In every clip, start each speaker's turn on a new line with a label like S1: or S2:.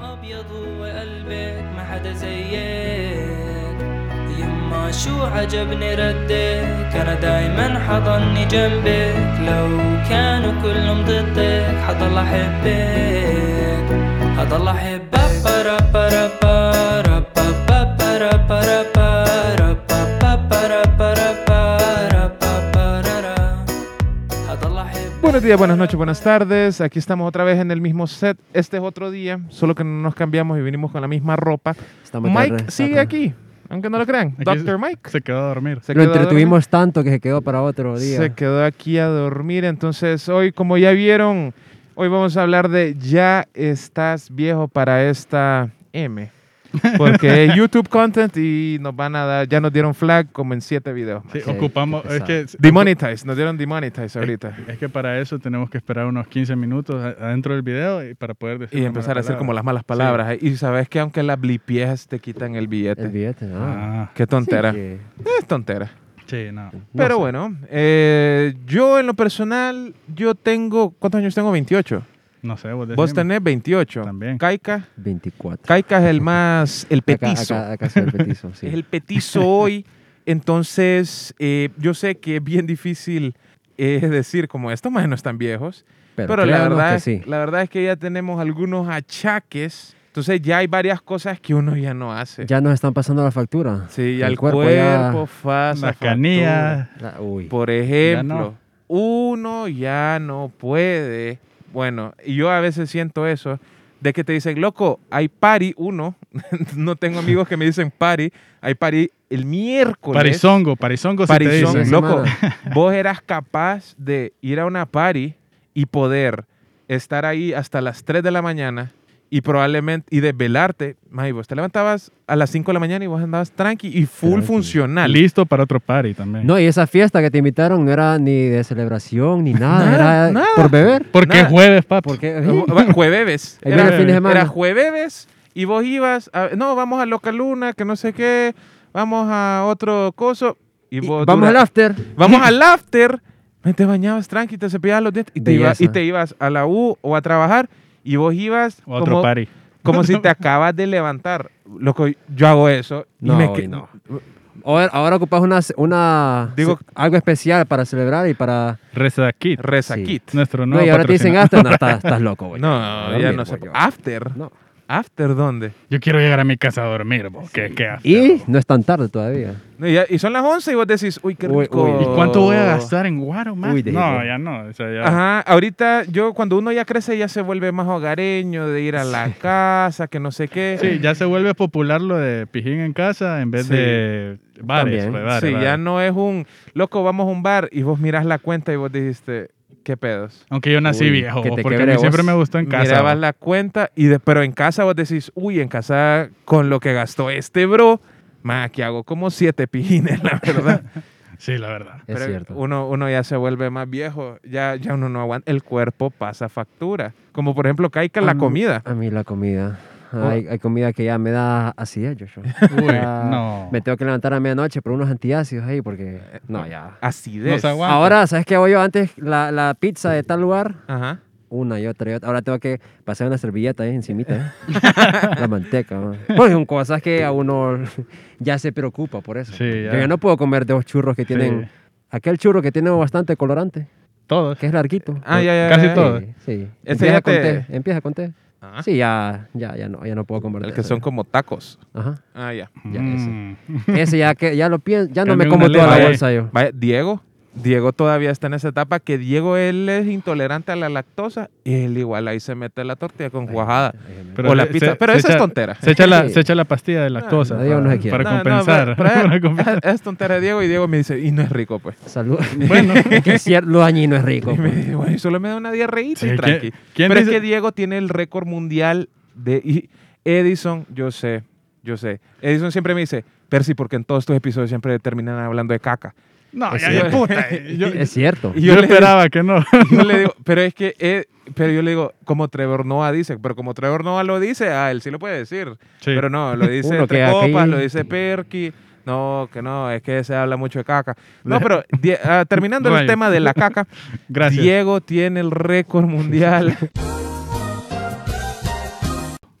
S1: ابيض وقلبك ما حدا زيك يما شو عجبني ردك انا دايما حضني جنبك لو كانوا كلهم ضدك حضل احبك حضل احبك با ربا ربا ربا ربا ربا ربا ربا ربا ربا ربا حضل احبك
S2: Buenos días, buenas noches, buenas tardes. Aquí estamos otra vez en el mismo set. Este es otro día, solo que no nos cambiamos y vinimos con la misma ropa.
S3: Estamos
S2: Mike
S3: tarde.
S2: sigue aquí, aunque no lo crean.
S4: Aquí
S2: Doctor Mike.
S4: Se quedó a dormir.
S2: se
S3: Lo
S2: quedó a
S3: entretuvimos tanto que se quedó para otro
S2: dormir.
S3: día.
S2: Se quedó aquí a dormir. Entonces, hoy, como ya vieron, hoy vamos a hablar de Ya estás viejo para esta M. Porque es YouTube content y nos van a dar, ya nos dieron flag como en siete videos.
S4: Sí,
S3: Sí,
S4: ocupamos.
S3: qué
S4: Es que,
S2: Demonetize, nos dieron demonetize ahorita.
S4: es que para eso tenemos que esperar unos 15 minutos a- adentro del video y para poder decir.
S2: Y
S4: una
S2: empezar
S4: mala
S2: a hacer como
S4: palabra.
S2: las malas palabras. Y sabes que aunque las blipiejas te quitan el billete.
S3: El billete, ¿no?
S4: Ah,
S2: Qué tontera.
S3: Sí, que-
S2: Es tontera.
S4: sí, no.
S3: no
S2: Pero
S3: sé.
S2: bueno, eh, yo en lo personal, yo tengo, ¿cuántos años tengo? 28.
S4: No sé, vos,
S2: Vos
S4: decime.
S2: tenés 28.
S4: También.
S2: Caica.
S3: 24.
S2: Caica es el más, el petizo.
S3: Acá, acá, acá soy el petizo, sí.
S2: Es el petizo hoy. Entonces, eh, yo sé que es bien difícil eh, decir como estos más no están viejos. Pero, la,
S3: créanos
S2: verdad,
S3: que sí.
S2: la verdad es que ya tenemos algunos achaques. Entonces ya hay varias cosas que uno ya no hace.
S3: Ya nos están pasando la factura.
S2: sí, ya
S3: El
S2: el, cuerpo,
S3: ya-
S2: pasa
S4: Las
S2: factura.
S4: canillas.
S3: La- uy.
S2: Por ejemplo, uno ya no puede. Bueno, y yo a veces siento eso, de que te dicen, loco, hay party uno. no tengo amigos que me dicen party. Hay party el miércoles.
S4: Parizongo, parizongo se te
S2: Parizongo,
S4: dice.
S3: dicen.
S2: loco.
S3: Esa
S2: Vos eras capaz de ir a una party y poder estar ahí hasta las 3 de la mañana y probablemente, y desvelarte. May, vos te levantabas a las 5 de la mañana y vos andabas tranqui y full
S3: Tranqui.
S2: funcional.
S4: Listo para otro party también.
S3: No, y esa fiesta que te invitaron no era ni de celebración ni nada,
S2: Nada,
S3: Ah, era
S2: nada.
S3: por beber.
S4: Porque
S2: nada.
S4: jueves, papi.
S3: Porque eh,
S2: Ju- Jueves.
S3: El
S2: Era,
S3: fin de semana.
S2: era jueves y vos ibas, a- no, vamos a Loca Luna, que no sé qué, vamos a otro coso. Y vos
S3: vamos
S2: dura-
S3: al after.
S2: vamos al after. Me te bañabas tranqui, te cepillabas los dientes y te, iba-
S3: Belleza.
S2: y te ibas a la U o a trabajar y vos ibas
S4: o otro
S2: como,
S4: party.
S2: como si te acabas de levantar. Loco, yo hago eso. y
S3: No,
S2: me
S3: hoy
S2: que-
S3: no. Ahora, ahora ocupas una, una
S2: Digo-
S3: algo especial para celebrar y para...
S4: Reza Kit.
S2: Reza
S3: Sí.
S2: kit.
S4: Nuestro
S3: No,
S4: nuevo
S3: y ahora te dicen
S4: patrocinador.
S3: after, no, estás, estás loco, güey.
S2: No,
S3: Dormir,
S2: ya no
S3: güey,
S2: sé.
S3: yo.
S2: After.
S3: No.
S2: After, ¿dónde?
S4: Yo quiero llegar a mi casa a dormir, vos. ¿Qué, qué haces?
S3: Y no es tan tarde todavía.
S2: No, ya- y son las 11 y vos decís, uy, qué
S3: Uy, uy.
S2: rico.
S4: ¿Y cuánto voy a gastar en guaro, más?
S3: Uy, de-
S4: No,
S3: de-
S4: ya no. O sea, ya.
S2: Ajá, ahorita yo cuando uno ya crece ya se vuelve más hogareño, de ir a la casa, que no sé qué.
S4: Sí, ya se vuelve popular lo de pijín en casa en vez
S2: Sí.
S4: de bares.
S3: También.
S4: pues,
S2: Sí,
S4: bares,
S2: ya
S4: bares.
S2: no es un, loco, vamos a un bar y vos mirás la cuenta y vos dijiste, ¿qué pedos?
S4: Aunque yo nací
S3: Uy,
S4: viejo,
S3: que te
S4: porque a
S3: quebre
S4: mí
S3: vos.
S4: siempre me gustó en casa.
S2: Mirabas
S4: vos.
S2: la cuenta, y de- pero en casa vos decís, uy, en casa con lo que gastó este bro, ma, que hago como siete pijines, la verdad.
S4: Sí, la verdad.
S3: Es
S2: Pero
S3: cierto.
S2: Uno, uno ya se vuelve más viejo, ya, ya uno no aguanta, el cuerpo pasa factura. Como por ejemplo, caica
S3: A
S2: la
S3: mí-
S2: comida.
S3: A mí la comida.
S2: Oh.
S3: Hay, hay comida que ya me da acidez, Joshua.
S4: Uy,
S3: Ya
S4: no.
S3: Me tengo que levantar a medianoche por unos antiácidos ahí porque... No, ya.
S2: Acidez.
S4: No se aguanta. ¿Cuánto?
S3: Ahora, ¿sabes qué hago yo? Antes la, la pizza de tal lugar,
S2: Ajá.
S3: una y otra y otra. Ahora tengo que pasar una servilleta ahí encimita. ¿eh? la manteca. ¿no? Porque son cosas que a uno ya se preocupa por eso.
S4: Sí, ya.
S3: Yo ya no puedo comer dos churros que tienen...
S4: Sí.
S3: Aquel churro que tiene bastante colorante,
S4: Todos.
S3: que es larguito.
S2: Ah, ya, ya,
S4: Casi
S2: ya, ya.
S4: todo.
S3: Sí, sí.
S2: Ese
S3: Empieza
S2: ya
S3: con
S2: te-
S3: té. Empieza con té.
S2: Ajá.
S3: Sí, ya, ya, ya no, ya no puedo comer.
S2: El
S3: de
S2: que
S3: eso,
S2: son
S3: ya.
S2: como tacos.
S3: Ajá.
S2: Ah, ya.
S3: Ya,
S4: Mm.
S3: Ese ya que ya lo pienso, ya no me
S4: Cambia
S3: como
S4: una
S3: toda la
S2: letra, eh.
S3: bolsa yo.
S2: Vaya, Diego. Diego todavía está en esa etapa que Diego él es intolerante a la lactosa y él igual ahí se mete la tortilla con cuajada
S4: Pero
S2: o la
S4: se-
S2: pizza.
S4: se-
S2: pero
S4: se
S2: esa es
S4: echa-
S2: tontera. Ah,
S4: Se echa, la,
S3: Sí.
S4: se echa la pastilla de lactosa
S3: Nadie
S4: para,
S3: no se quiere.
S4: para
S2: No, no,
S4: compensar.
S2: pero- pero
S4: Para
S2: es-
S4: compensar.
S2: es, es tontera de Diego y Diego me dice, y no es rico, pues.
S3: Salud.
S4: Bueno.
S3: Es que es cierto, lo dañino es rico.
S2: Y me
S3: pues.
S2: dice, bueno, y solo me da una diarreíta
S4: Sí,
S2: y
S4: ¿quién-
S2: tranqui.
S4: quién
S2: Pero es
S4: dice-
S2: que Diego tiene el récord mundial de y Edison, yo sé, yo sé. Edison siempre me dice, Percy, porque en todos tus episodios siempre terminan hablando de caca.
S4: No,
S3: Es
S4: ya, ya,
S2: cierto.
S4: puta. eh, Yo,
S3: Es cierto.
S2: Y
S4: yo
S2: le-
S4: esperaba que no.
S2: Yo le digo, pero es que, eh, pero yo le digo, como Trevor Noah dice, pero como Trevor Noah lo dice, ah, él sí lo puede decir.
S4: Sí.
S2: Pero no, lo dice
S3: Uno
S2: Entre
S3: que aquí-
S2: Copas, lo dice Perky. No, que no, es que se habla mucho de caca. No, pero die- ah, terminando el
S4: Bueno.
S2: tema de la caca,
S4: Gracias.
S2: Diego tiene el récord mundial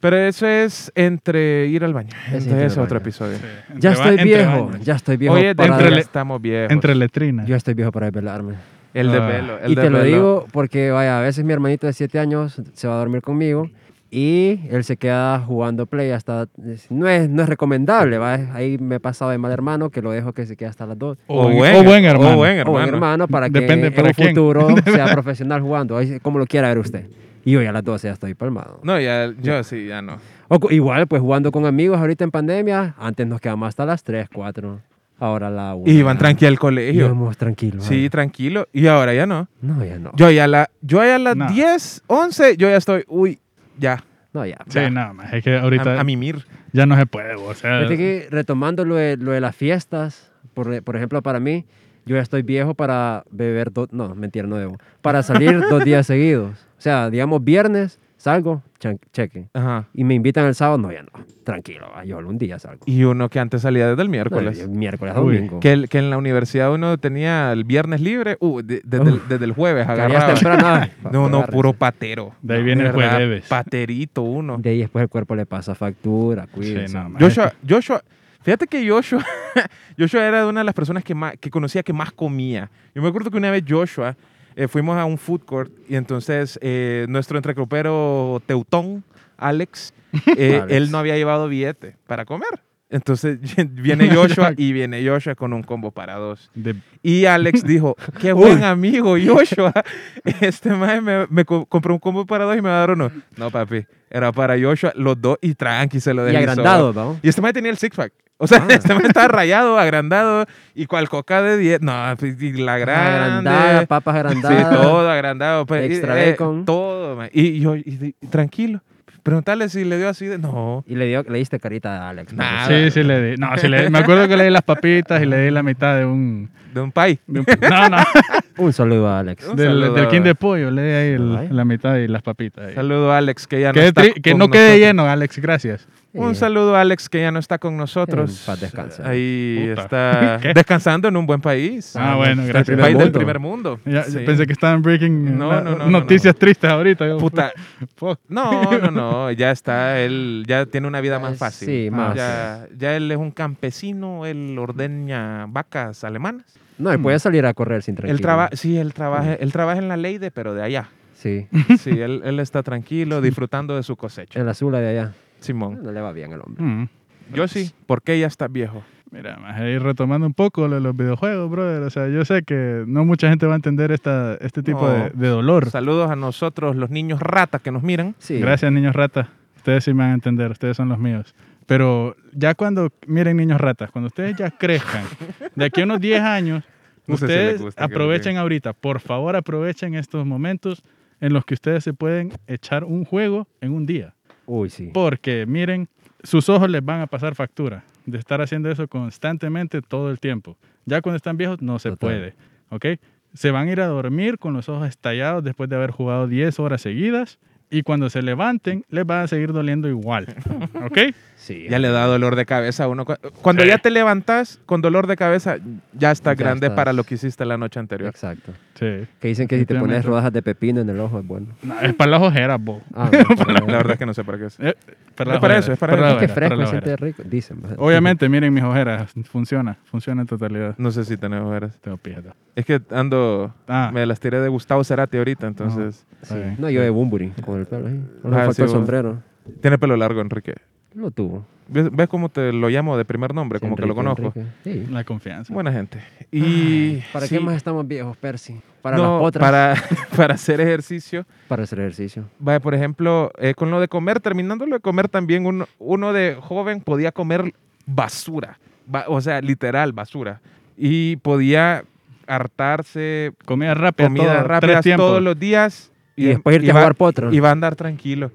S2: Pero eso es entre ir al baño.
S3: Es
S2: Entonces
S3: ir al
S2: es otro
S3: baño.
S2: episodio.
S4: Sí, Eh, entre
S3: Ya
S4: ba-
S3: estoy
S4: entre
S3: viejo,
S4: baños.
S3: ya estoy viejo
S2: Oye,
S3: para...
S2: entre
S4: entre le-
S2: estamos viejos.
S4: Entre letrinas.
S3: Yo estoy viejo para desvelarme.
S2: el de
S4: Ah.
S2: pelo. El
S3: Y
S2: de
S3: te lo
S2: pelo.
S3: digo porque, vaya, a veces mi hermanito de 7 años se va a dormir conmigo y él se queda jugando play hasta... No es, no es recomendable, ¿va? Ahí me he pasado de mal hermano que lo dejo que se quede hasta las 2.
S2: O buen-
S4: hermano.
S2: o buen
S3: O buen hermano para que
S4: Depende para
S3: en un
S4: quién.
S3: futuro sea profesional jugando, ahí como lo quiera ver usted. Y hoy a las 12 ya estoy palmado.
S2: No, ya, yo sí, ya no.
S3: O cu- igual, pues jugando con amigos ahorita en pandemia, antes nos quedamos hasta las 3, 4. Ahora la 1.
S2: Y iban tranqui al colegio.
S3: Íbamos tranquilos.
S2: Sí,
S3: vaya.
S2: tranquilo. Y ahora ya no.
S3: No, ya no.
S2: Yo ya la, yo ya a las
S4: No.
S2: 10, 11, yo ya estoy, uy, ya,
S3: No, ya.
S4: Sí,
S3: ya.
S4: nada más. Es que ahorita
S2: a, a mimir.
S4: ya no se puede. O
S2: Ah.
S4: sea,
S3: Fíjate que retomando lo de, lo de las fiestas, por, por ejemplo, para mí, yo ya estoy viejo para beber dos, no, mentira, no debo, para salir dos días seguidos. O sea, digamos, viernes salgo, chan- cheque.
S2: Ajá.
S3: Y me invitan el sábado, no, ya no. Tranquilo, va, yo solo un día salgo.
S2: Y uno que antes salía desde el
S3: No,
S2: miércoles.
S3: yo miércoles,
S4: Uy,
S3: domingo.
S2: que, el- que en la universidad uno tenía el viernes libre, uh, de- desde, el,
S3: Uf.
S2: desde el jueves
S3: Caías
S2: agarraba.
S3: temprano, ay,
S2: No, no,
S3: agárrense.
S2: puro patero.
S4: De ahí viene
S2: De
S4: el
S2: verdad,
S4: jueves.
S2: Paterito uno.
S3: De ahí después el cuerpo le pasa factura, cuídense.
S4: nada más.
S2: Joshua, Joshua, fíjate que Joshua, Joshua era una de las personas que, más, que conocía que más comía. Yo me acuerdo que una vez Joshua, eh, fuimos a un food court y entonces eh, nuestro entrecropero teutón, Alex, eh,
S3: Alex.
S2: él no había llevado billete para comer. Entonces viene Joshua y viene Joshua con un combo para dos.
S4: de-
S2: Y Alex dijo, qué
S3: Uy.
S2: buen amigo Joshua. Este mae me, me co- compró un combo para dos y me va a dar uno. No, papi, era para Joshua, los dos y tranqui se lo
S3: Y
S2: deslizó.
S3: agrandado, ¿no?
S2: Y este mae tenía el six-pack. O sea,
S3: Ah.
S2: este mae estaba rayado, agrandado y cual coca de 10. No, y la grande.
S3: Agrandada, papas agrandadas.
S2: Sí, todo agrandado. pues, y,
S3: Extra
S2: eh,
S3: bacon.
S2: todo, mae. Y yo, y- y tranquilo. Preguntarle si le dio así de... No.
S3: Y le, dio, le diste carita a Alex.
S2: Nah.
S3: porque-
S4: Sí, sí le di. No, sí le di. Me acuerdo que le di las papitas y le di la mitad de un.
S2: De un pay.
S4: de un- no, no.
S3: Un saludo a Alex.
S2: Un saludo,
S4: Del, del King de Pollo. Le di ahí el-
S3: Ay.
S4: la mitad y las papitas. ahí.
S2: Saludo a Alex, que ya no
S4: Que,
S2: está
S4: tri- que
S2: con
S4: no quede
S2: nosotros.
S4: lleno, Alex, gracias. Ah,
S2: Un
S3: Sí.
S2: saludo a Alex que ya no está con nosotros.
S3: En paz descanse.
S2: Ahí
S4: Puta.
S2: está
S4: ¿Qué?
S2: descansando en un buen país.
S4: Ah,
S3: Ah,
S4: bueno,
S3: está el
S4: gracias.
S2: El
S3: primer
S2: país del
S3: mundo.
S2: primer mundo.
S4: Ya,
S2: Sí.
S4: Pensé que estaban breaking
S2: No,
S4: na-
S2: no, no, no,
S4: noticias tristes ahorita. Yo,
S2: Puta.
S4: fuck.
S2: No, no, no. Ya está. Él ya tiene una vida más
S3: Eh,
S2: fácil. Ah,
S3: sí, más.
S2: Ya, ya él es un campesino. Él ordeña vacas alemanas.
S3: No, él
S2: Mm.
S3: puede salir a correr sin tranquilo.
S2: Él trabaja, sí, él trabaja, él trabaja en la Leide, pero de allá.
S3: Sí,
S2: Sí, él, él está tranquilo, disfrutando de su cosecha.
S3: en la Zula de allá.
S2: Simón,
S3: No le va bien al hombre.
S4: Mm.
S2: yo sí, porque ya está viejo.
S4: Mira, más ahí retomando un poco lo de los videojuegos, brother. O sea, yo sé que no mucha gente va a entender esta, este tipo
S2: No.
S4: de, de dolor.
S2: Saludos a nosotros, los niños ratas que nos miran.
S3: Sí.
S4: Gracias, niños ratas. Ustedes sí me van a entender, ustedes son los míos. Pero ya cuando, miren, niños ratas, cuando ustedes ya crezcan, de aquí a unos 10 años,
S2: No sé si les
S4: ustedes
S2: gusta que
S4: aprovechen ahorita. Por favor, aprovechen estos momentos en los que ustedes se pueden echar un juego en un día.
S3: Uy, sí.
S4: Porque, miren, sus ojos les van a pasar factura de estar haciendo eso constantemente todo el tiempo. Ya cuando están viejos, no se
S3: Total.
S4: puede, ¿ok? Se van a ir a dormir con los ojos estallados después de haber jugado 10 horas seguidas y cuando se levanten, les va a seguir doliendo igual, ¿ok?
S3: Sí.
S2: Ya le da dolor de cabeza a uno. Cu- Cuando
S4: Sí.
S2: ya te levantas con dolor de cabeza, ya está
S3: Ya
S2: grande
S3: estás.
S2: para lo que hiciste la noche anterior.
S3: Exacto.
S4: Sí.
S3: Que dicen que si te pones
S4: Definitivamente.
S3: rodajas de pepino en el ojo es bueno.
S4: No, es para las ojeras, bo.
S3: Ah, bueno,
S2: La,
S3: pero-
S2: la verdad es que no sé para qué es.
S4: Eh,
S2: Es
S4: las
S2: para
S4: ojeras,
S2: eso, es para
S4: las
S2: eso.
S3: Es que
S4: ojeras,
S3: fresco,
S4: para las
S3: se siente
S4: ojeras.
S3: rico. Dicen. pues. ¿verdad?
S4: Obviamente, miren mis ojeras, funciona, funciona en totalidad.
S2: No sé si tenés ojeras.
S4: Tengo pijeta.
S2: Es que ando.
S4: Ah,
S2: Me las tiré de Gustavo Cerati ahorita, entonces.
S3: Sí.
S4: Está bien.
S3: No, yo de Bumburi, con el pelo ahí. No
S2: Ah,
S3: le
S2: sí,
S3: faltó el
S2: vos.
S3: sombrero.
S2: Tiene pelo largo, Enrique.
S3: Lo tuvo.
S2: ¿Ves, ves cómo te lo llamo de primer nombre?
S3: Sí,
S2: como que lo
S3: Enrique,
S2: conozco.
S3: Enrique. Sí.
S4: la confianza.
S2: Buena gente. Y.
S3: ¿Para
S2: sí,
S3: qué más estamos viejos, Percy? Para
S2: no,
S3: las potras.
S2: Para, para hacer ejercicio.
S3: Para hacer ejercicio.
S2: Vaya, por ejemplo, eh, con lo de comer, terminando lo de comer también, uno, uno de joven podía comer basura, ba- o sea, literal basura, y podía hartarse
S4: Comida rápida,
S2: comida
S4: todo,
S2: rápida
S4: tres tiempos.
S2: todos los días
S3: Y después irte a
S2: va-
S3: jugar potro.
S2: Y va a andar tranquilo.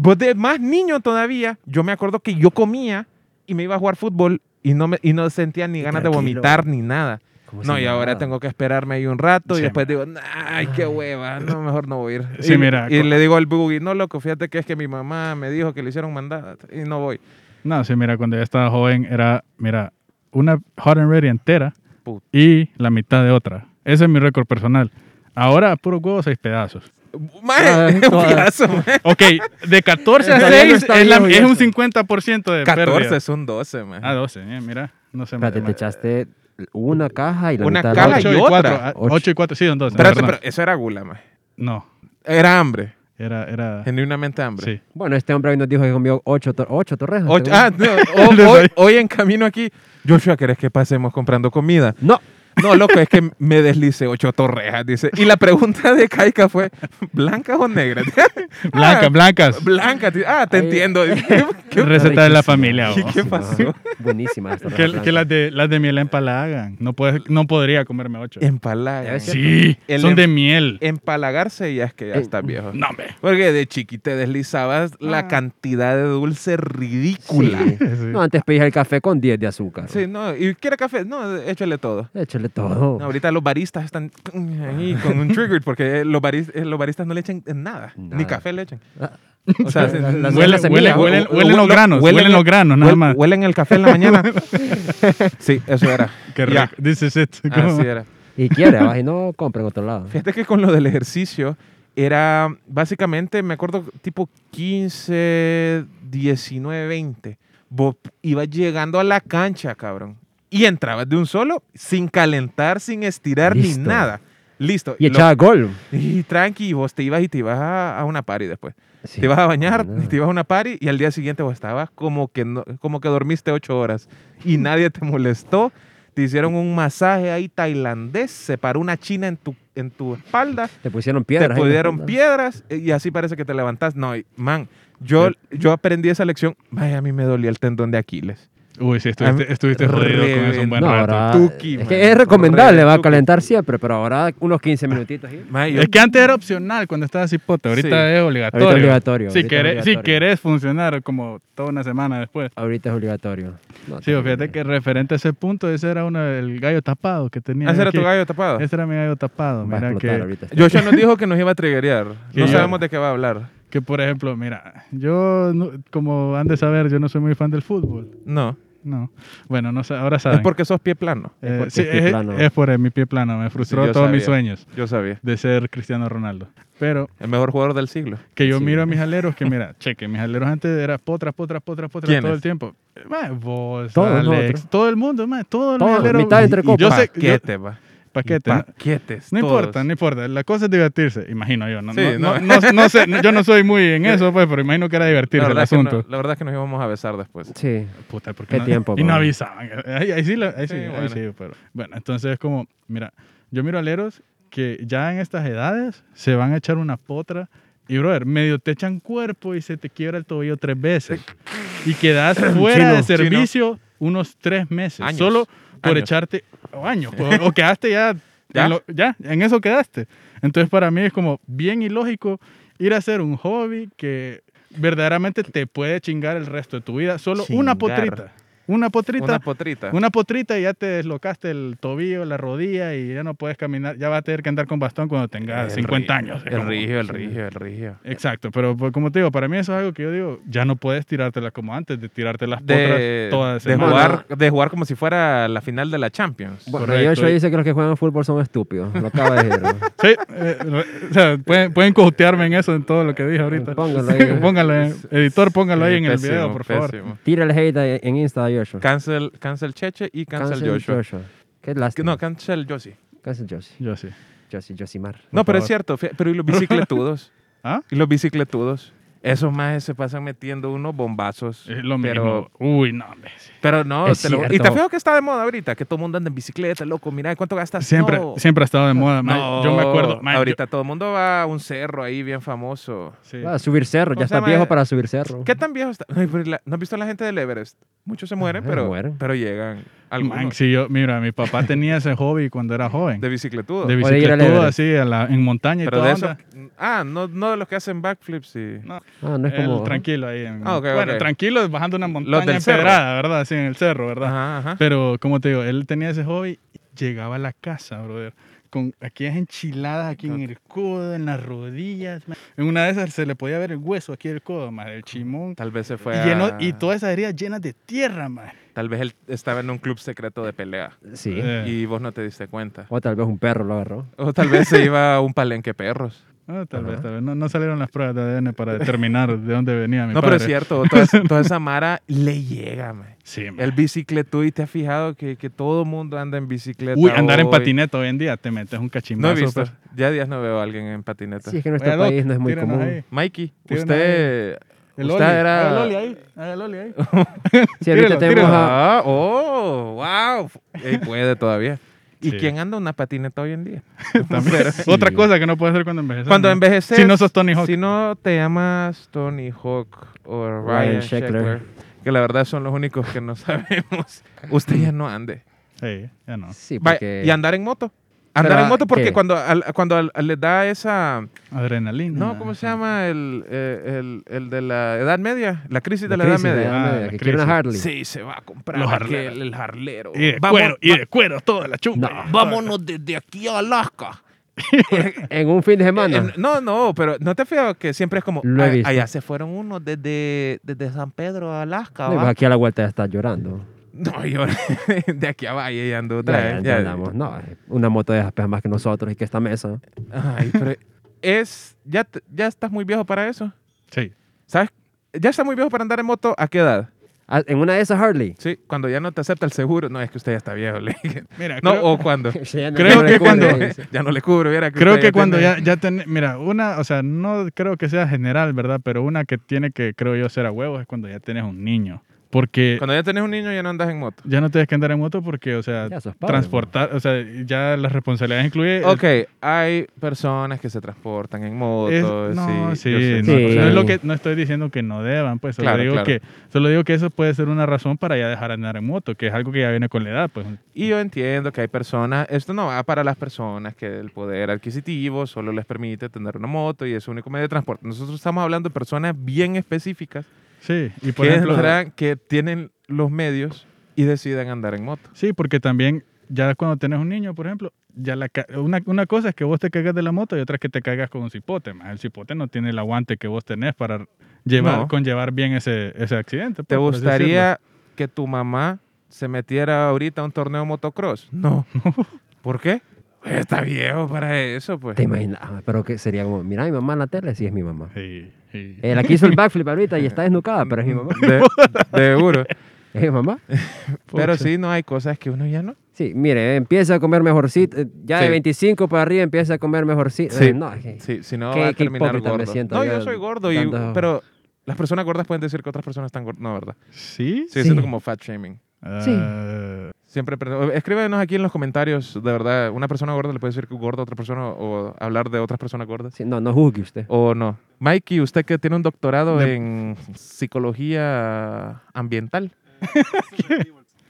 S2: Pues de más niño todavía, yo me acuerdo que yo comía y me iba a jugar fútbol y no, me, y no sentía ni ganas de
S3: tranquilo.
S2: vomitar ni nada.
S3: Como
S2: No,
S3: si
S2: y ahora
S3: nada.
S2: tengo que esperarme ahí un rato y
S4: Sí,
S2: después digo, ay, qué hueva, no, mejor no voy a ir.
S4: Sí,
S2: y,
S4: mira,
S2: y
S4: cu-
S2: le digo al Boogie, no, loco, fíjate que es que mi mamá me dijo que le hicieron mandada y no voy.
S4: No, sí, mira, cuando yo estaba joven era, mira, una hot and ready entera
S2: Puta.
S4: y la mitad de otra. Ese es mi récord personal. Ahora, puro huevo, seis pedazos.
S3: Ah,
S2: Mae, un
S3: joder.
S2: piazo, mae.
S4: Ok, de 14 a
S3: El italiano
S4: 6
S3: está
S4: es, la-
S3: viejo
S4: es
S3: ya,
S4: un
S3: sí.
S4: 50% de
S2: 14
S4: pérdida.
S2: son 12, mae.
S4: Ah, 12, eh, mira. No sé.
S3: Espérate, te echaste una caja y la
S2: Una
S3: mitad
S2: caja
S3: otra.
S2: y
S4: 8 y
S2: otra.
S4: 4.
S3: Ocho.
S4: 8 y 4, sí, son 12.
S2: Espérate,
S4: perdón.
S2: pero eso era gula, mae.
S4: No,
S2: Era hambre.
S4: era... era...
S2: Genuinamente hambre.
S4: Ah. Sí.
S3: Bueno, este hombre hoy nos dijo que comió ocho, tor- ocho torrejas.
S2: Ocho-
S3: este
S2: ah,
S3: güey.
S2: no, o-
S4: Les
S2: hoy,
S4: doy.
S2: hoy en camino aquí, Joshua, ¿querés que pasemos comprando comida?
S3: No,
S2: No, loco, es que me deslicé ocho torrejas, dice. Y la pregunta de Kaika fue, ¿blancas o negras?
S4: Blanca,
S2: Ah,
S4: blancas.
S2: Blancas. dice. Ah, te
S3: Ay.
S2: entiendo. ¿Qué-
S4: Receta
S3: Riquísimo.
S4: de la familia.
S2: ¿Qué-
S4: vos.
S2: qué pasó?
S3: Buenísima esta
S4: Que,
S3: torreja
S4: que
S3: blanca.
S4: las de, las de miel empalagan. No, puedes, no podría comerme 8.
S2: Empalaga.
S3: Debe ser.
S4: Sí,
S2: El
S4: son
S2: em-
S4: de miel.
S2: Empalagarse ya es que ya
S3: Eh,
S2: estás viejo.
S4: No, hombre.
S2: Porque de chiqui te deslizabas la
S4: Ah.
S2: cantidad de dulce ridícula.
S3: Sí. No, antes pedías el café con 10 de azúcar.
S2: Sí, no, ¿y quiere café? No, échale todo.
S3: Échale todo.
S2: No, ahorita los baristas están ahí con un trigger porque los, baris- eh, los baristas no le echan nada, ni
S3: Nada.
S2: café le echan.
S3: Ah.
S2: O sea,
S3: Las- las-
S4: Huele,
S3: las
S4: huele,
S3: semillas.
S4: huele,
S2: Hu-
S4: huelen
S2: hu-
S4: los granos,
S2: huelen-
S4: huelen los granos, nada
S2: huel-
S4: más.
S2: Huelen el café en la mañana. sí, eso era.
S4: Qué rico.
S2: Ya,
S4: This is it.
S2: Así era.
S3: Y quiere, abajo y no compra en otro lado.
S2: Fíjate que con lo del ejercicio era básicamente, me acuerdo, tipo 15, 19, 20. Vos ibas llegando a la cancha, cabrón. Y entrabas de un solo, sin calentar, sin estirar
S3: Listo.
S2: ni nada. Listo.
S3: Y
S2: Lo-
S3: echaba gol.
S2: y tranqui, y vos te ibas y te ibas a, a una party después.
S3: Sí. Ah.
S2: Te ibas a bañar,
S3: nada.
S2: y te ibas a una party y al día siguiente vos estabas como que, no- como que dormiste ocho horas y nadie te molestó. Te hicieron un masaje ahí tailandés, se paró una china en tu, en tu espalda,
S3: Te pusieron piedras.
S2: te
S3: ahí,
S2: pudieron
S3: ¿no?
S2: piedras eh, y así parece que te levantás. No, y, man,
S4: Eh.
S2: yo, yo aprendí esa lección. Vaya, a mí me dolía el tendón de Aquiles.
S4: Uy, sí, estuviste, estuviste jodido con eso un buen
S3: No,
S4: rato.
S3: ahora,
S2: Tuki,
S3: es,
S2: man.
S3: que es recomendable, va a
S2: Tuki.
S3: calentar siempre, pero ahora unos 15 minutitos. ahí.
S2: Man, yo-
S4: Es que antes era opcional cuando estabas cipote, ahorita
S2: Sí.
S4: es obligatorio.
S3: Ahorita es obligatorio,
S4: Si,
S3: ahorita es
S4: querés, si
S3: obligatorio.
S4: querés funcionar como toda una semana después.
S3: Ahorita es obligatorio. No,
S4: Sí,
S3: te-
S4: fíjate que referente a ese punto, ese era uno del gallo tapado que tenía.
S2: Ah, ¿ese era
S4: aquí.
S2: tu gallo tapado?
S4: Ese era mi gallo tapado.
S3: Va a
S4: Mira
S3: explotar
S4: que,
S3: ahorita.
S2: Joshua nos dijo que nos iba a triggerear.
S4: Que
S2: No
S4: yo-
S2: sabemos de qué va a hablar.
S4: que, por ejemplo, mira, yo, no- como han de saber, yo no soy muy fan del fútbol.
S2: No,
S4: No. Bueno, no sé, ahora
S2: es
S4: saben.
S2: porque sos pie plano.
S4: Eh,
S3: porque
S4: sí,
S3: es pie
S4: es,
S3: plano.
S4: es por mi pie plano. Me frustró
S2: Sí, yo
S4: todos mis
S2: sabía.
S4: sueños
S2: Yo sabía.
S4: de ser Cristiano Ronaldo. Pero
S2: El mejor jugador del siglo.
S4: que yo
S3: Sí.
S4: miro a mis aleros, que mira, cheque, mis aleros antes era potra, potra, potra, potra
S2: ¿Quiénes?
S4: todo el tiempo. Eh, ma, vos,
S3: Todos
S4: Alex,
S3: nosotros.
S4: todo el mundo, ma, todos los
S3: Todos,
S4: aleros.
S3: mitad entre
S4: y- y Yo sé, yo-
S2: paquete, va.
S4: paquete. ¿no?
S2: Paquetes.
S4: No
S2: todos.
S4: importa, no importa. La cosa es divertirse, imagino yo. No,
S2: Sí, no.
S4: no, no- no- no sé, no- yo no soy muy en eso, pues, pero imagino que era
S2: La
S4: divertirse el
S2: verdad, es que no-
S4: asunto.
S2: la verdad es que nos íbamos a besar después.
S3: Sí.
S4: Puta, ¿por
S3: Qué
S4: no?
S3: tiempo,
S4: Y no
S3: bro.
S4: avisaban. Ahí, ahí sí, la- ahí sí,
S2: Sí,
S4: ahí
S2: bueno.
S4: sí, pero... Bueno, entonces es como, mira, yo miro aleros que ya en estas edades se van a echar una potra y, brother, medio te echan cuerpo y se te quiebra el tobillo tres veces. Y quedas fuera
S2: Chino,
S4: de
S2: chino.
S4: servicio unos tres meses.
S2: Años,
S4: Solo por
S2: años.
S4: echarte... O años. pues, O, quedaste ya...
S2: ¿Ya?
S4: En lo- ya, en eso quedaste. Entonces para mí es como bien ilógico ir a hacer un hobby que verdaderamente te puede chingar el resto de tu vida. Solo una
S2: Chingar.
S4: potrita. Una potrita.
S2: Una
S4: Una,
S2: potrita.
S4: potrita y ya te deslocaste el tobillo, la rodilla y ya no puedes caminar. Ya vas a tener que andar con bastón cuando tengas
S2: El
S4: 50
S2: río,
S4: Ah, años. Es
S2: El
S4: como-
S2: rigio, el rigio, el rigio.
S4: Exacto, pero pues, como te digo, para mí eso es algo que yo digo, ya no puedes tirártela como antes, de tirarte las
S2: De,
S4: potras todas
S2: de
S4: semana.
S2: jugar, de jugar como si fuera la final de la Champions.
S3: Bueno,
S4: Correcto.
S3: Joshua dice que los que juegan fútbol son estúpidos. Lo acaba de decir. ¿no?
S4: Sí, eh, re- o sea, pueden, pueden costearme en eso, en todo lo que dije ahorita.
S3: Póngalo ahí.
S4: Póngalo, eh, editor, póngalo ahí en el
S2: Pésimo,
S4: video, por favor.
S2: pésimo.
S3: Tira el hate ahí en Insta a Joshua.
S2: Cancel, cancel Cheche y cancel, Joshua.
S3: Qué
S2: Que-
S3: lástima.
S2: No, cancel Josie.
S3: Cancel Josie.
S4: Yo sí.
S3: Josie, Josie Mar.
S2: No, pero
S4: favor.
S2: es cierto. fí- Pero y los bicicletudos.
S4: ¿Ah?
S2: y los bicicletudos. Esos más se pasan metiendo unos bombazos.
S4: Es lo
S2: pero
S4: mismo. Uy, no, hombre. sí.
S2: Pero no,
S3: Es
S2: te lo- y
S3: cierto.
S2: te fijo que está de moda ahorita, que todo el mundo anda en bicicleta, loco, mira cuánto gastas.
S4: Siempre,
S2: No.
S4: siempre ha estado de moda. ma.
S2: No,
S4: yo me acuerdo. ma, yo-
S2: ahorita todo el mundo va a un cerro ahí bien famoso.
S4: sí.
S3: Va a Ah, subir cerro.
S2: ¿Cómo
S3: Ya
S2: se
S3: está
S2: llama?
S3: viejo para subir cerro.
S2: ¿Qué tan viejo está? Ay, pero la- ¿No has visto a la gente del Everest? Muchos se mueren,
S3: Ajá,
S2: pero,
S3: mueren.
S2: pero llegan. Algunos
S4: Man, sí, yo, mira, mi papá tenía ese hobby cuando era joven.
S2: de
S4: De,
S2: bicicletudo.
S3: Puede ir al
S4: bicicleta,
S3: Everest.
S4: así, a la- en montaña y
S2: pero
S4: todo.
S2: de eso. Ah, no, no de los que hacen backflips y.
S4: No,
S3: Ah, no es
S4: él
S3: como.
S4: tranquilo ahí. en-
S2: Ah, ok,
S4: bueno,
S2: ok.
S4: tranquilo bajando una montaña
S2: del
S4: empedrada, ¿verdad? Así en el cerro, ¿verdad?
S2: Ajá, ajá.
S4: Pero, como te digo, él tenía ese hobby y llegaba a la casa, brother. Con aquellas enchiladas aquí en el codo, en las rodillas. man. En una de esas se le podía ver el hueso aquí del codo, más el chimón.
S2: Tal vez se
S4: Y,
S2: fue a-
S4: lleno- y todas esas heridas llenas de tierra, man.
S2: Tal vez él estaba en un club secreto de pelea
S3: Sí.
S4: Eh.
S2: y vos no te diste cuenta.
S3: O tal vez un perro lo agarró.
S2: O tal vez se iba a un palenque perros.
S4: Ah, tal
S3: Ajá.
S4: vez, tal vez. No, no salieron las pruebas de ADN para determinar de dónde venía mi
S2: No, pero
S4: padre.
S2: es cierto, toda, esa- toda esa mara le llega, man.
S4: Sí, man.
S2: El bicicleto, y te has fijado que, que todo mundo anda en bicicleta.
S4: Uy, andar en
S2: hoy?
S4: patineta hoy en día te metes un
S2: No
S4: cachimbazo.
S2: he visto.
S4: pues.
S2: Ya días no veo a alguien en patineta.
S3: Sí, es que en nuestro
S4: Oye, Doc,
S3: este país no es muy
S4: tírenos
S3: común.
S4: ahí.
S2: Mikey,
S4: Tiene
S2: usted.
S4: El
S2: usted
S4: Oli. Haga el
S2: era.
S4: Oli ahí. haga el Oli ahí.
S3: Sí, ahorita tenemos
S4: Tírelo, tírelo.
S3: a...
S2: Ah, oh, wow. Ey, puede todavía. ¿Y
S4: Sí.
S2: quién anda en una patineta hoy en día?
S4: También.
S2: Pero-
S4: Otra cosa que no puedes hacer cuando envejeces.
S2: Cuando
S4: ¿no?
S2: envejeces.
S4: Si no sos Tony Hawk.
S2: Si no te llamas Tony Hawk o Ryan,
S3: Ryan
S2: Sheckler,
S3: Sheckler.
S2: que la verdad son los únicos que no sabemos, usted ya no ande.
S4: Sí, ya no.
S3: Sí,
S2: Va-
S3: porque...
S2: y andar en moto. Andar
S3: Pero,
S2: en moto porque
S3: ¿qué?
S2: cuando, al- cuando al- le da esa...
S4: Adrenalina.
S2: No, ¿cómo se llama? El, eh, el, el de la Edad Media. La crisis de
S3: La
S2: la Edad
S3: crisis de
S2: Media.
S4: Ah,
S3: Edad Media,
S4: la
S3: que quieren
S4: crisis.
S3: a Harley.
S2: Sí, se va a comprar
S4: Los
S2: aquel,
S4: harleros.
S2: el harlero.
S4: Y de
S2: Vamos-
S4: cuero, y de cuero, toda la chumba.
S3: No.
S2: Vámonos desde aquí a Alaska.
S3: En un fin de semana.
S2: Eh, no, no, pero no te fijas que siempre es como,
S3: Lo he
S2: "Ay,
S3: visto.
S2: allá se fueron unos desde, desde San Pedro a Alaska.
S3: No, y
S2: va".
S3: vas aquí a la vuelta ya estás llorando.
S2: No, yo de aquí a Valle ya ando otra
S3: Ya,
S2: vez.
S3: ya
S2: ya.
S3: andamos. No, una moto de esas pesa más que nosotros y que esta mesa.
S2: Ay, pero es, ya, te- ya estás muy viejo para eso.
S4: Sí.
S2: ¿Sabes? Ya estás muy viejo para andar en moto. ¿A qué edad?
S3: Ah, En una de esas Harley.
S2: Sí, cuando ya no te acepta el seguro. No, es que usted ya está viejo. le dije.
S4: Mira,
S2: No,
S4: creo,
S2: o cuando.
S3: Ya no
S4: Creo
S3: me
S4: que
S3: recuerdo,
S4: cuando-
S3: eh.
S2: ya no le cubro. viera
S4: creo
S2: usted
S4: que cuando
S2: tiene-
S4: ya, ya ten- Mira, una, o sea, no creo que sea general, ¿verdad? Pero una que tiene que, creo yo, ser a huevos es cuando ya tienes un niño. Porque
S2: Cuando ya tenés un niño ya no andas en moto.
S4: ya no tienes que andar en moto porque, o sea,
S3: Ya sos padre,
S4: transportar, o sea, ya las responsabilidades incluye.
S2: Ok, hay personas que se transportan en moto.
S4: Es- no,
S2: sí,
S4: sí,
S2: yo sé,
S4: no,
S3: Sí.
S4: o sea, no es lo que no estoy diciendo que no deban, pues solo
S2: Claro,
S4: digo
S2: claro.
S4: que solo digo que eso puede ser una razón para ya dejar andar en moto, que es algo que ya viene con la edad, pues.
S2: Y yo entiendo que hay personas, esto no va para las personas que el poder adquisitivo solo les permite tener una moto y es su único medio de transporte. Nosotros estamos hablando de personas bien específicas
S4: Sí, y por
S2: que,
S4: ejemplo,
S2: serán- que tienen los medios y deciden andar en moto.
S4: sí, porque también ya cuando tienes un niño, por ejemplo, ya la ca- una, una cosa es que vos te cagas de la moto y otra es que te cagas con un cipote, más el cipote no tiene el aguante que vos tenés para llevar
S2: No.
S4: conllevar bien ese, ese accidente.
S2: ¿Te
S4: pues, por así
S2: gustaría que tu mamá se metiera ahorita a un torneo de motocross? No. ¿Por qué? Está viejo para eso, pues.
S3: Te imaginas, ah, pero que sería como, mira mi mamá en la tele, sí es mi mamá.
S4: decirlo. Sí, sí.
S3: Eh, la que hizo el backflip ahorita y está desnucada, pero es mi mamá.
S2: De, de seguro.
S3: ¿Es mi mamá?
S2: Pero
S4: Pucha.
S2: sí, no hay cosas que uno ya no.
S3: Sí, mire, eh, empieza a comer mejorcito. eh, Ya
S2: Sí.
S3: de 25 para arriba empieza a comer mejorcito.
S2: Sí.
S3: Eh, no, es que-
S2: Sí, si no
S3: Qué-
S2: va a
S3: qué
S2: terminar
S3: hipócrita me
S2: gordo.
S3: siento
S2: no,
S3: yo
S2: yo soy gordo, y-
S3: dando-
S2: pero las personas gordas pueden decir que otras personas están gordas. No, ¿verdad?
S4: Sí.
S2: Sí,
S3: Sí.
S2: siento como fat shaming.
S3: Sí.
S4: Ah,
S2: Siempre, pre- escríbenos aquí en los comentarios, de verdad, una persona gorda le puede decir que gorda a otra persona o hablar de otras personas gordas
S3: sí, no, no juzgue usted.
S2: o no. Mikey, usted que tiene un doctorado
S4: De-
S2: en psicología ambiental.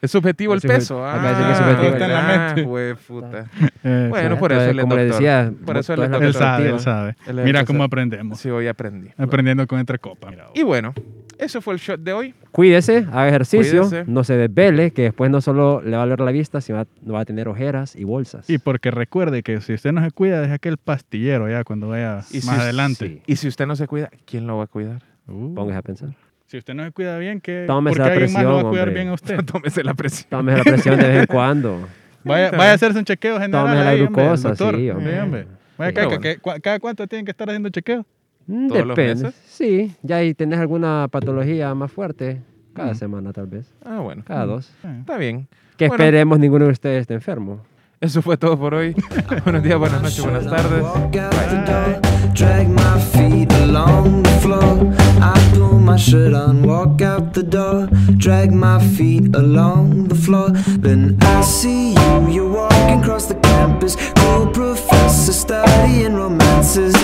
S2: Es subjetivo el
S3: Es subje-
S2: peso.
S3: me
S2: Ah,
S3: parece que es
S4: subjetivo. Está en la
S2: ¿verdad?
S4: mente.
S2: Jue puta.
S4: eh,
S2: Bueno,
S3: Exacto,
S2: por eso
S3: eh,
S2: él es
S3: como le
S2: doctor.
S3: decía,
S2: Por eso él
S3: todas
S2: es
S3: las
S2: doctor.
S4: él sabe, él
S3: alternativas.
S4: sabe.
S2: Él es
S4: Mira
S2: el
S4: cómo
S2: profesor.
S4: aprendemos.
S2: Sí, hoy aprendí.
S4: Aprendiendo con entre copas.
S2: Y bueno, eso fue el shot de hoy.
S3: Cuídese, haga ejercicio,
S2: Cuídese.
S3: no se desvele, que después no solo le va a doler la vista, sino va, va a tener ojeras y bolsas.
S4: Y porque recuerde que si usted no se cuida, deja que el pastillero ya cuando vaya
S2: Y
S4: más
S2: si-
S4: adelante.
S3: sí.
S2: Y si usted no se cuida, ¿quién lo va a cuidar?
S4: Uh,
S3: Póngase a pensar.
S4: si usted no se cuida bien, que
S3: Tómese
S4: porque
S3: la
S4: alguien más lo va a
S3: presión,
S4: cuidar
S3: hombre.
S4: bien a usted.
S2: Tómese la presión.
S3: Tómese la presión de vez en cuando.
S4: Vaya, vaya a hacerse un chequeo general.
S3: Tómese la
S4: ahí, hombre, al
S3: glucosa,
S4: doctor.
S3: sí, hombre.
S4: hombre. Vaya,
S3: Sí.
S4: cada,
S2: Pero
S4: que- cua- cada cuánto tienen que estar haciendo chequeo?
S3: Mm,
S2: ¿Todos los
S3: Depende.
S2: meses?
S3: Sí, ya ahí tenés alguna patología más fuerte. Cada semana, tal vez.
S2: Ah, bueno.
S3: Cada dos.
S2: Está bien.
S3: Que
S2: Bueno.
S3: esperemos ninguno de ustedes esté enfermo.
S2: Eso fue todo por hoy. buenos días, buenas noches, buenas tardes.
S5: Walk out the door, drag my feet along the floor. I pull my shirt on, walk out the door, drag my feet along the floor. Then I see you, you're walking across the campus, cool professor studying romances.